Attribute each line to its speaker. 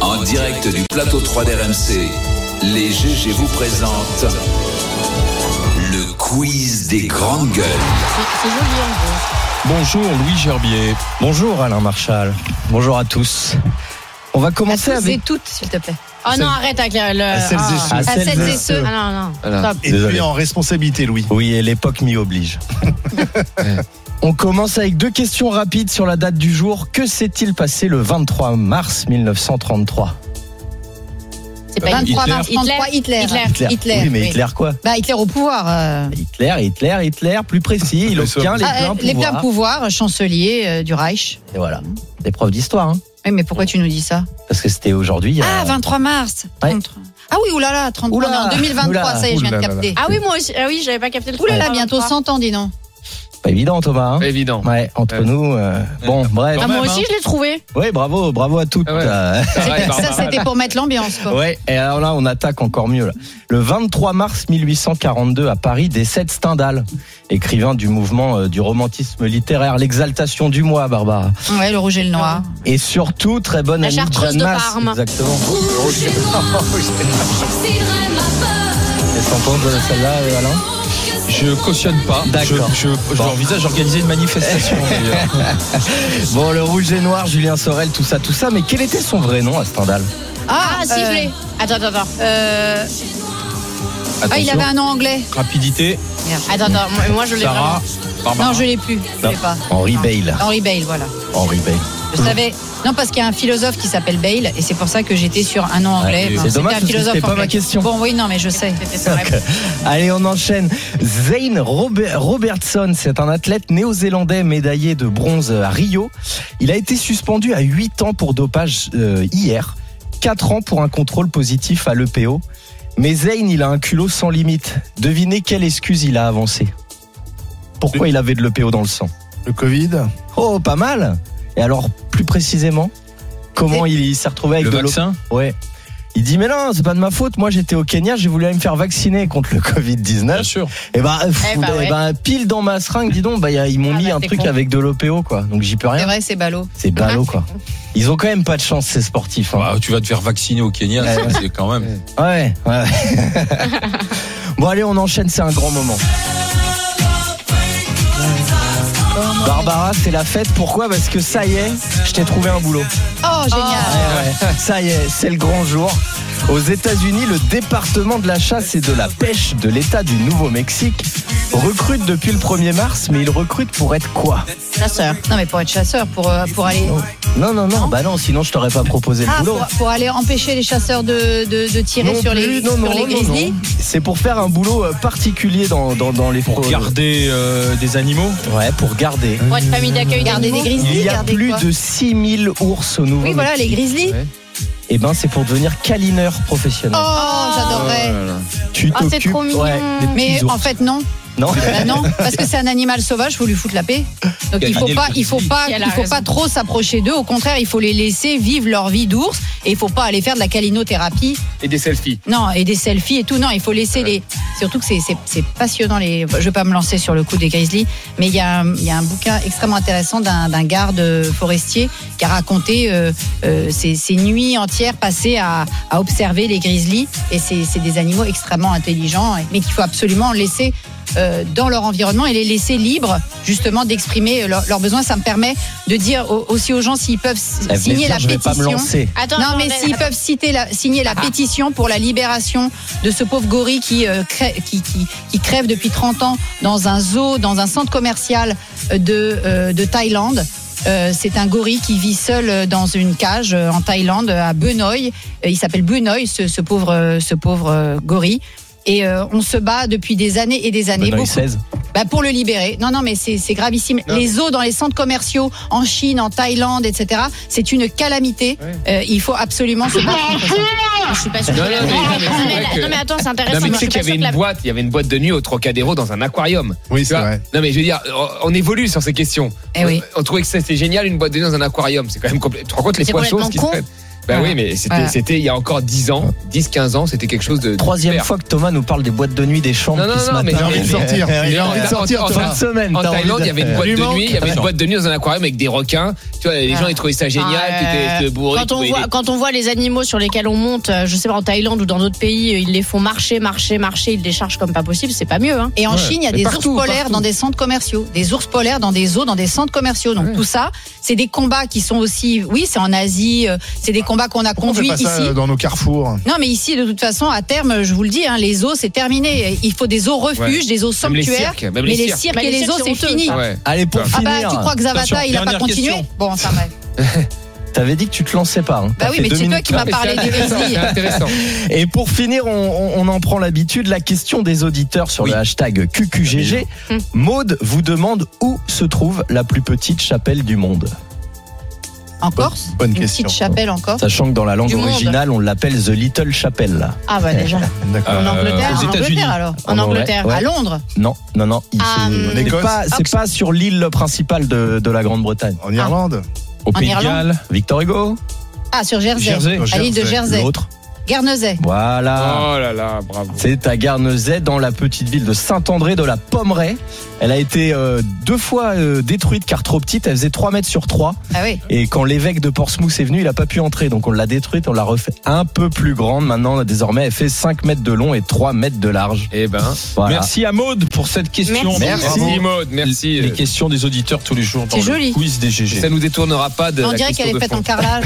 Speaker 1: En direct du plateau 3 d'RMC, les GG vous présentent le quiz des grandes gueules.
Speaker 2: Ah,
Speaker 3: C'est joli
Speaker 2: hein.
Speaker 3: en
Speaker 4: Bonjour Louis Gerbier.
Speaker 5: Bonjour Alain Marchal. Bonjour à tous. On va commencer
Speaker 3: gros. À tous et
Speaker 5: avec
Speaker 3: toutes, s'il te plaît.
Speaker 2: Ah
Speaker 3: Oh
Speaker 5: Celles-
Speaker 3: non, arrête avec le. le-
Speaker 6: À celles et
Speaker 3: ah.
Speaker 6: ceux.
Speaker 3: À
Speaker 5: À
Speaker 3: celles
Speaker 5: celles
Speaker 3: et
Speaker 5: et
Speaker 3: ceux. Ah non, non.
Speaker 4: Voilà.
Speaker 3: Stop.
Speaker 6: Et
Speaker 5: Désolé.
Speaker 6: puis en responsabilité, Louis.
Speaker 5: Oui, et l'époque m'y oblige. On commence avec deux questions rapides sur la date du jour. Que s'est-il passé le 23 mars 1933
Speaker 3: C'est pas Hitler.
Speaker 2: 23 mars 33, Ah, Hitler.
Speaker 3: Hitler.
Speaker 5: Oui, mais
Speaker 2: oui.
Speaker 5: Hitler quoi
Speaker 2: Bah, Hitler au pouvoir. euh,
Speaker 5: Hitler, Hitler, Hitler, plus précis, il
Speaker 6: Mais ça-
Speaker 5: obtient les
Speaker 2: ah,
Speaker 5: pleins
Speaker 2: euh, les pleins
Speaker 5: pouvoirs.
Speaker 2: pouvoirs, chancelier euh, du Reich.
Speaker 5: Et voilà, des preuves d'histoire, hein.
Speaker 2: Oui, mais pourquoi tu nous dis ça
Speaker 5: parce que c'était aujourd'hui. il y a-
Speaker 2: Ah, 23 mars.
Speaker 5: Ouais.
Speaker 2: 33. Ah oui, oulala, 33,
Speaker 5: Oula,
Speaker 2: on est en 2023,
Speaker 5: oula,
Speaker 2: ça y est, je viens de
Speaker 6: oulala.
Speaker 2: capter.
Speaker 3: Ah oui, moi aussi. Ah oui, j'avais pas capté le
Speaker 2: Ah, oulala,
Speaker 3: truc.
Speaker 2: bientôt 100 ans, dis non.
Speaker 5: Pas évident Thomas. hein.
Speaker 7: Pas évident.
Speaker 5: Ouais, entre
Speaker 7: Ouais.
Speaker 5: nous. euh, Bon, bref.
Speaker 3: Ah, moi
Speaker 6: Quand même,
Speaker 7: hein.
Speaker 3: aussi, je l'ai trouvé.
Speaker 5: Oui, bravo, bravo à toutes.
Speaker 7: Ah bah, ouais.
Speaker 5: euh,
Speaker 7: Pareil,
Speaker 2: Ça,
Speaker 7: Barbara.
Speaker 2: c'était pour mettre l'ambiance, quoi.
Speaker 5: Ouais, et alors là, on attaque encore mieux. là. Le 23 mars 1842, à Paris, décède Stendhal, écrivain du mouvement euh, du romantisme littéraire, l'exaltation du mois, Barbara.
Speaker 2: Ouais, le rouge et le noir.
Speaker 5: Et surtout, très bonne
Speaker 3: La
Speaker 5: amie de
Speaker 3: Chartreuse
Speaker 5: Jeanne
Speaker 3: de
Speaker 5: Masse,
Speaker 3: Parme.
Speaker 5: Exactement. Qu'est-ce que t'en penses de celle-là, euh, Alain
Speaker 4: Je cautionne pas.
Speaker 5: D'accord.
Speaker 4: Je, je,
Speaker 5: Bon.
Speaker 4: j'envisage d'organiser une manifestation. d'ailleurs.
Speaker 5: Bon, le rouge et noir, Julien Sorel, tout ça, tout ça. Mais quel était son vrai nom à Stendhal
Speaker 3: Ah, si, je l'ai. Attends, attends, attends.
Speaker 2: euh, Ah, il
Speaker 4: Attention.
Speaker 2: avait un nom anglais.
Speaker 4: Rapidité,
Speaker 3: Attends, attends. Moi, moi, je l'ai
Speaker 4: Sarah,
Speaker 3: vraiment.
Speaker 4: Barbara.
Speaker 2: Non, je l'ai plus. Je
Speaker 5: Non.
Speaker 2: l'ai pas.
Speaker 5: Henri
Speaker 2: Non.
Speaker 5: Bayle.
Speaker 2: Henri Bale, voilà.
Speaker 5: Henri Bayle.
Speaker 4: Mmh.
Speaker 2: Je savais. Non, parce qu'il y a un philosophe qui s'appelle Bale, et c'est pour ça que j'étais sur un nom anglais.
Speaker 5: Ouais,
Speaker 2: Enfin,
Speaker 5: c'est
Speaker 2: c'était
Speaker 5: dommage
Speaker 2: un
Speaker 5: parce que
Speaker 2: philosophe
Speaker 5: c'était pas
Speaker 2: anglais.
Speaker 5: ma question.
Speaker 2: Bon, oui, non, mais je sais.
Speaker 3: C'était sur la-
Speaker 5: Allez, on enchaîne. Zane Robe- Robertson, c'est un athlète néo-zélandais médaillé de bronze à Rio. Il a été suspendu à 8 ans pour dopage euh, hier, 4 ans pour un contrôle positif à l'EPO. Mais Zane, il a un culot sans limite. Devinez quelle excuse il a avancée. Pourquoi il avait de l'EPO dans le sang
Speaker 6: Le Covid.
Speaker 5: Oh, pas mal Et alors, plus précisément, comment il s'est retrouvé avec
Speaker 4: le
Speaker 5: de l'EPO
Speaker 4: vaccin.
Speaker 5: Ouais. Il dit mais non, c'est pas de ma faute. Moi j'étais au Kenya, j'ai voulu aller me faire vacciner contre le Covid
Speaker 4: Bien
Speaker 5: 19.
Speaker 4: sûr.
Speaker 5: Et bah, pff,
Speaker 3: Eh bah
Speaker 5: eh
Speaker 3: ouais.
Speaker 5: bah, pile dans ma seringue, dis donc, bah y a- ils m'ont
Speaker 3: Ah
Speaker 5: mis
Speaker 3: bah,
Speaker 5: un
Speaker 3: t'es
Speaker 5: truc
Speaker 3: con.
Speaker 5: avec de l'OPO quoi. Donc j'y peux
Speaker 2: C'est
Speaker 5: rien.
Speaker 2: vrai, c'est ballot.
Speaker 5: C'est ballot quoi.
Speaker 3: Ah,
Speaker 5: Ils ont quand même pas de chance ces sportifs. hein.
Speaker 4: Bah, tu vas te faire vacciner au Kenya, ça, c'est quand même.
Speaker 5: Ouais. ouais. bon allez, on enchaîne. C'est un grand moment. Barbara, c'est la fête. Pourquoi Parce que ça y est, je t'ai trouvé un boulot.
Speaker 2: Oh, génial.
Speaker 5: Ah Ouais, ouais. Ça y est, c'est le grand jour. Aux États-Unis, le département de la chasse et de la pêche de l'État du Nouveau-Mexique recrute depuis le 1er mars, mais il recrute pour être quoi
Speaker 2: Chasseur. Non, mais pour être chasseur, pour, euh, pour aller.
Speaker 5: Non, non, non, bah non, sinon je t'aurais pas proposé le
Speaker 2: Ah,
Speaker 5: Oh, boulot.
Speaker 2: pour, pour aller empêcher les chasseurs de, de, de tirer
Speaker 5: Non
Speaker 2: sur les,
Speaker 5: plus, non,
Speaker 2: sur
Speaker 5: non,
Speaker 2: les
Speaker 5: non,
Speaker 2: grizzlies.
Speaker 5: non. C'est pour faire un boulot euh, particulier dans, dans, dans les
Speaker 4: Pour
Speaker 5: pro-
Speaker 4: garder euh, des animaux.
Speaker 5: Ouais, pour garder.
Speaker 3: Pour être famille d'accueil
Speaker 2: Garder des
Speaker 3: d'animaux.
Speaker 2: grizzlies,
Speaker 5: Il y a
Speaker 2: garder
Speaker 5: plus
Speaker 2: quoi
Speaker 5: de 6000 ours au Nouveau-Mexique.
Speaker 2: Oui, voilà, les grizzlies.
Speaker 5: Et ben, c'est pour devenir câlineur professionnel.
Speaker 2: Oh, j'adorerais.
Speaker 5: tu
Speaker 3: Ah, c'est trop mignon.
Speaker 5: ouais, des petits
Speaker 2: Mais
Speaker 5: ours.
Speaker 2: en fait, non.
Speaker 5: Non
Speaker 2: Bah non, parce que c'est un animal sauvage, faut lui foutre la paix. Donc il faut
Speaker 4: Câliner
Speaker 2: pas,
Speaker 4: le
Speaker 2: il faut
Speaker 4: grizzly.
Speaker 2: pas,
Speaker 3: Elle a
Speaker 2: il faut pas
Speaker 3: raison.
Speaker 2: trop s'approcher d'eux. Au contraire, il faut les laisser vivre leur vie d'ours et il faut pas aller faire de la calinothérapie.
Speaker 7: Et des selfies.
Speaker 2: Non, et des selfies et tout. Non, il faut laisser les. Surtout que c'est- c'est c'est passionnant. Les... Je vais pas me lancer sur le coup des grizzlies, mais il y, a un- il y a un bouquin extrêmement intéressant d'un d'un garde forestier qui a raconté euh, euh, ses, ses nuits entières passées à, à observer les grizzlies. Et c'est c'est des animaux extrêmement intelligents, et- mais qu'il faut absolument laisser. euh, dans leur environnement et les laisser libres justement d'exprimer leurs leurs besoins. Ça me permet de dire au- aussi aux gens s'ils peuvent s-
Speaker 5: Eh,
Speaker 2: signer
Speaker 5: bien,
Speaker 2: la
Speaker 5: je vais pas me
Speaker 2: pétition.
Speaker 5: lancer.
Speaker 3: Attends,
Speaker 2: Non,
Speaker 3: attends,
Speaker 2: mais
Speaker 3: attends.
Speaker 2: s'ils peuvent citer la- signer la pétition pour la libération de ce pauvre gorille qui, euh, crè- qui, qui- qui crève depuis 30 ans dans un zoo, dans un centre commercial euh, de, euh, de Thaïlande. Euh, c'est un gorille qui vit seul euh, dans une cage euh, en Thaïlande, euh, à Benoy. Euh, Il s'appelle Benoy, ce, ce pauvre, euh, ce pauvre euh, gorille. Et euh, on se bat depuis des années et des années.
Speaker 5: Benoît
Speaker 2: beaucoup-
Speaker 5: XVI.
Speaker 2: bah, pour le libérer. Non, non, mais c'est c'est gravissime. Les zoos dans les centres commerciaux, en Chine, en Thaïlande, etc., c'est une calamité. Euh, il faut absolument se battre contre ça.
Speaker 3: Je suis pas sûre.
Speaker 7: Non, non, mais-
Speaker 3: Non, mais-
Speaker 7: c'est vrai que-
Speaker 3: non, mais attends, c'est intéressant.
Speaker 7: Non, mais
Speaker 3: Moi,
Speaker 7: tu
Speaker 3: je suis
Speaker 7: sais qu'il y
Speaker 3: pas sûre
Speaker 7: avait
Speaker 3: que la-
Speaker 7: une boîte, il y avait une boîte de nuit au Trocadéro dans un aquarium.
Speaker 6: Oui,
Speaker 7: Tu
Speaker 6: c'est
Speaker 4: Ah.
Speaker 7: vois
Speaker 6: vrai.
Speaker 7: Non, mais je veux dire, on- on évolue sur ces questions.
Speaker 2: Eh oui.
Speaker 7: On trouvait que c'était génial une boîte de nuit dans un aquarium. C'est quand même complètement. Tu te rends compte les
Speaker 3: C'est
Speaker 7: poissons
Speaker 3: complètement
Speaker 7: ce qui se
Speaker 3: con.
Speaker 7: prennent Bah
Speaker 2: Voilà.
Speaker 7: oui, mais c'était
Speaker 2: Voilà.
Speaker 7: c'était il y a encore 10 ans, 10-15 ans, c'était quelque chose de. de
Speaker 5: Troisième
Speaker 7: super.
Speaker 5: fois que Thomas nous parle des boîtes de nuit, des chambres
Speaker 7: Non, non,
Speaker 5: qui se
Speaker 7: non, mais
Speaker 6: J'ai envie de sortir.
Speaker 7: Mais
Speaker 6: J'ai
Speaker 7: en-
Speaker 6: envie de
Speaker 7: en-
Speaker 6: sortir,
Speaker 7: en-
Speaker 6: toi.
Speaker 5: Fin de semaine,
Speaker 7: En
Speaker 5: t'as envie
Speaker 7: Thaïlande,
Speaker 5: de-
Speaker 7: il y avait une boîte
Speaker 6: Lui
Speaker 7: de
Speaker 6: manque.
Speaker 7: nuit, il y avait une boîte de nuit dans un aquarium avec des requins. Tu vois, les gens ils trouvaient ça génial,
Speaker 3: Ah,
Speaker 7: t'étais- t'étais bourré.
Speaker 3: Quand
Speaker 7: tu
Speaker 3: on,
Speaker 7: pouvais
Speaker 3: voit,
Speaker 7: les-
Speaker 3: quand on voit les animaux sur lesquels on monte, euh, je sais pas, en Thaïlande ou dans d'autres pays, euh, ils les font marcher, marcher, marcher, ils les chargent comme pas possible, c'est pas mieux. Hein.
Speaker 2: Et en Chine, il y a
Speaker 7: mais
Speaker 2: des
Speaker 7: partout,
Speaker 2: ours polaires
Speaker 7: partout.
Speaker 2: dans des centres commerciaux, des ours polaires dans des zoos, dans des centres commerciaux. Donc tout ça, c'est des combats qui sont aussi, oui, c'est en Asie, euh, c'est des combats qu'on a
Speaker 6: Pourquoi on fait
Speaker 2: conduits
Speaker 6: pas
Speaker 2: ici.
Speaker 6: ça euh, dans nos carrefours
Speaker 2: Non, mais ici, de toute façon, à terme, je vous le dis, hein, les zoos, c'est terminé. Il faut des zoos refuges,
Speaker 7: Ouais.
Speaker 2: des zoos
Speaker 7: Même les
Speaker 2: sanctuaires.
Speaker 7: cirques, même
Speaker 2: mais
Speaker 7: les
Speaker 2: les
Speaker 7: cirques.
Speaker 2: cirques
Speaker 3: Bah,
Speaker 2: et
Speaker 3: les
Speaker 2: les
Speaker 3: cirques,
Speaker 2: zoos,
Speaker 3: c'est
Speaker 2: c'est
Speaker 3: honteux,
Speaker 2: fini.
Speaker 3: ça.
Speaker 7: Ouais.
Speaker 5: Allez, pour
Speaker 2: Ah bah,
Speaker 5: finir,
Speaker 2: tu crois que
Speaker 4: Attention,
Speaker 2: Zavata, il a pas
Speaker 4: dernière
Speaker 2: continué
Speaker 4: question.
Speaker 2: Bon, ça va.
Speaker 5: t'avais dit que tu te lançais pas. hein.
Speaker 2: Bah
Speaker 5: T'as
Speaker 2: oui,
Speaker 5: fait
Speaker 2: mais
Speaker 5: deux
Speaker 2: c'est toi
Speaker 5: minutes,
Speaker 2: qui m'as
Speaker 5: là.
Speaker 2: parlé des
Speaker 7: intéressant,
Speaker 2: Grizzlies.
Speaker 7: c'est intéressant. Euh,
Speaker 5: Et pour finir, on, on- on en prend l'habitude, la question des auditeurs sur
Speaker 7: Oui.
Speaker 5: le hashtag QQGG.
Speaker 3: Mm.
Speaker 2: Hum.
Speaker 5: Maude vous demande où se trouve la plus petite chapelle du monde.
Speaker 2: En Corse
Speaker 6: Bonne
Speaker 2: Une
Speaker 6: question.
Speaker 2: petite chapelle en Corse
Speaker 5: Sachant que dans la langue
Speaker 3: Du monde.
Speaker 5: originale, on l'appelle The Little Chapel.
Speaker 3: Ah bah déjà.
Speaker 6: D'accord.
Speaker 3: En
Speaker 4: Euh,
Speaker 3: Angleterre,
Speaker 4: aux
Speaker 2: En
Speaker 4: États-Unis.
Speaker 2: Angleterre, alors
Speaker 3: En Angleterre.
Speaker 5: Ouais.
Speaker 2: À Londres
Speaker 5: Non, non, non. il-
Speaker 3: Ah,
Speaker 5: c'est-
Speaker 3: hum.
Speaker 5: c'est
Speaker 6: Écosse.
Speaker 5: pas- C'est pas, sur l'île principale de, de la Grande-Bretagne.
Speaker 6: En Irlande
Speaker 4: Au
Speaker 2: En
Speaker 4: Pays de
Speaker 2: Irlande.
Speaker 4: Galles,
Speaker 5: Victor Hugo,
Speaker 2: Ah, sur Jersey.
Speaker 4: Jersey.
Speaker 2: À l'île de Jersey.
Speaker 5: l'autre.
Speaker 2: Guernesey.
Speaker 5: Voilà.
Speaker 7: Oh là là, bravo.
Speaker 5: C'est à Guernesey, dans la petite ville de Saint-André de la Pommeraye. Elle a été euh, deux fois euh, détruite car trop petite. Elle faisait 3 mètres sur 3.
Speaker 2: Ah oui.
Speaker 5: Et quand l'évêque de Portsmouth est venu, il a pas pu entrer. Donc on l'a détruite, on l'a refait un peu plus grande. Maintenant, désormais, elle fait 5 mètres de long et 3 mètres de large.
Speaker 7: Eh ben,
Speaker 5: Voilà.
Speaker 4: Merci à Maude pour cette question.
Speaker 3: Merci.
Speaker 4: Bravo.
Speaker 7: merci Maud, merci.
Speaker 4: Les questions des auditeurs tous les jours dans
Speaker 2: C'est
Speaker 4: le
Speaker 2: joli.
Speaker 4: quiz des GG.
Speaker 7: Ça nous détournera pas de.
Speaker 2: On
Speaker 7: la
Speaker 2: dirait
Speaker 7: question
Speaker 2: qu'elle est
Speaker 7: de
Speaker 2: faite
Speaker 7: fond.
Speaker 2: en carrelage.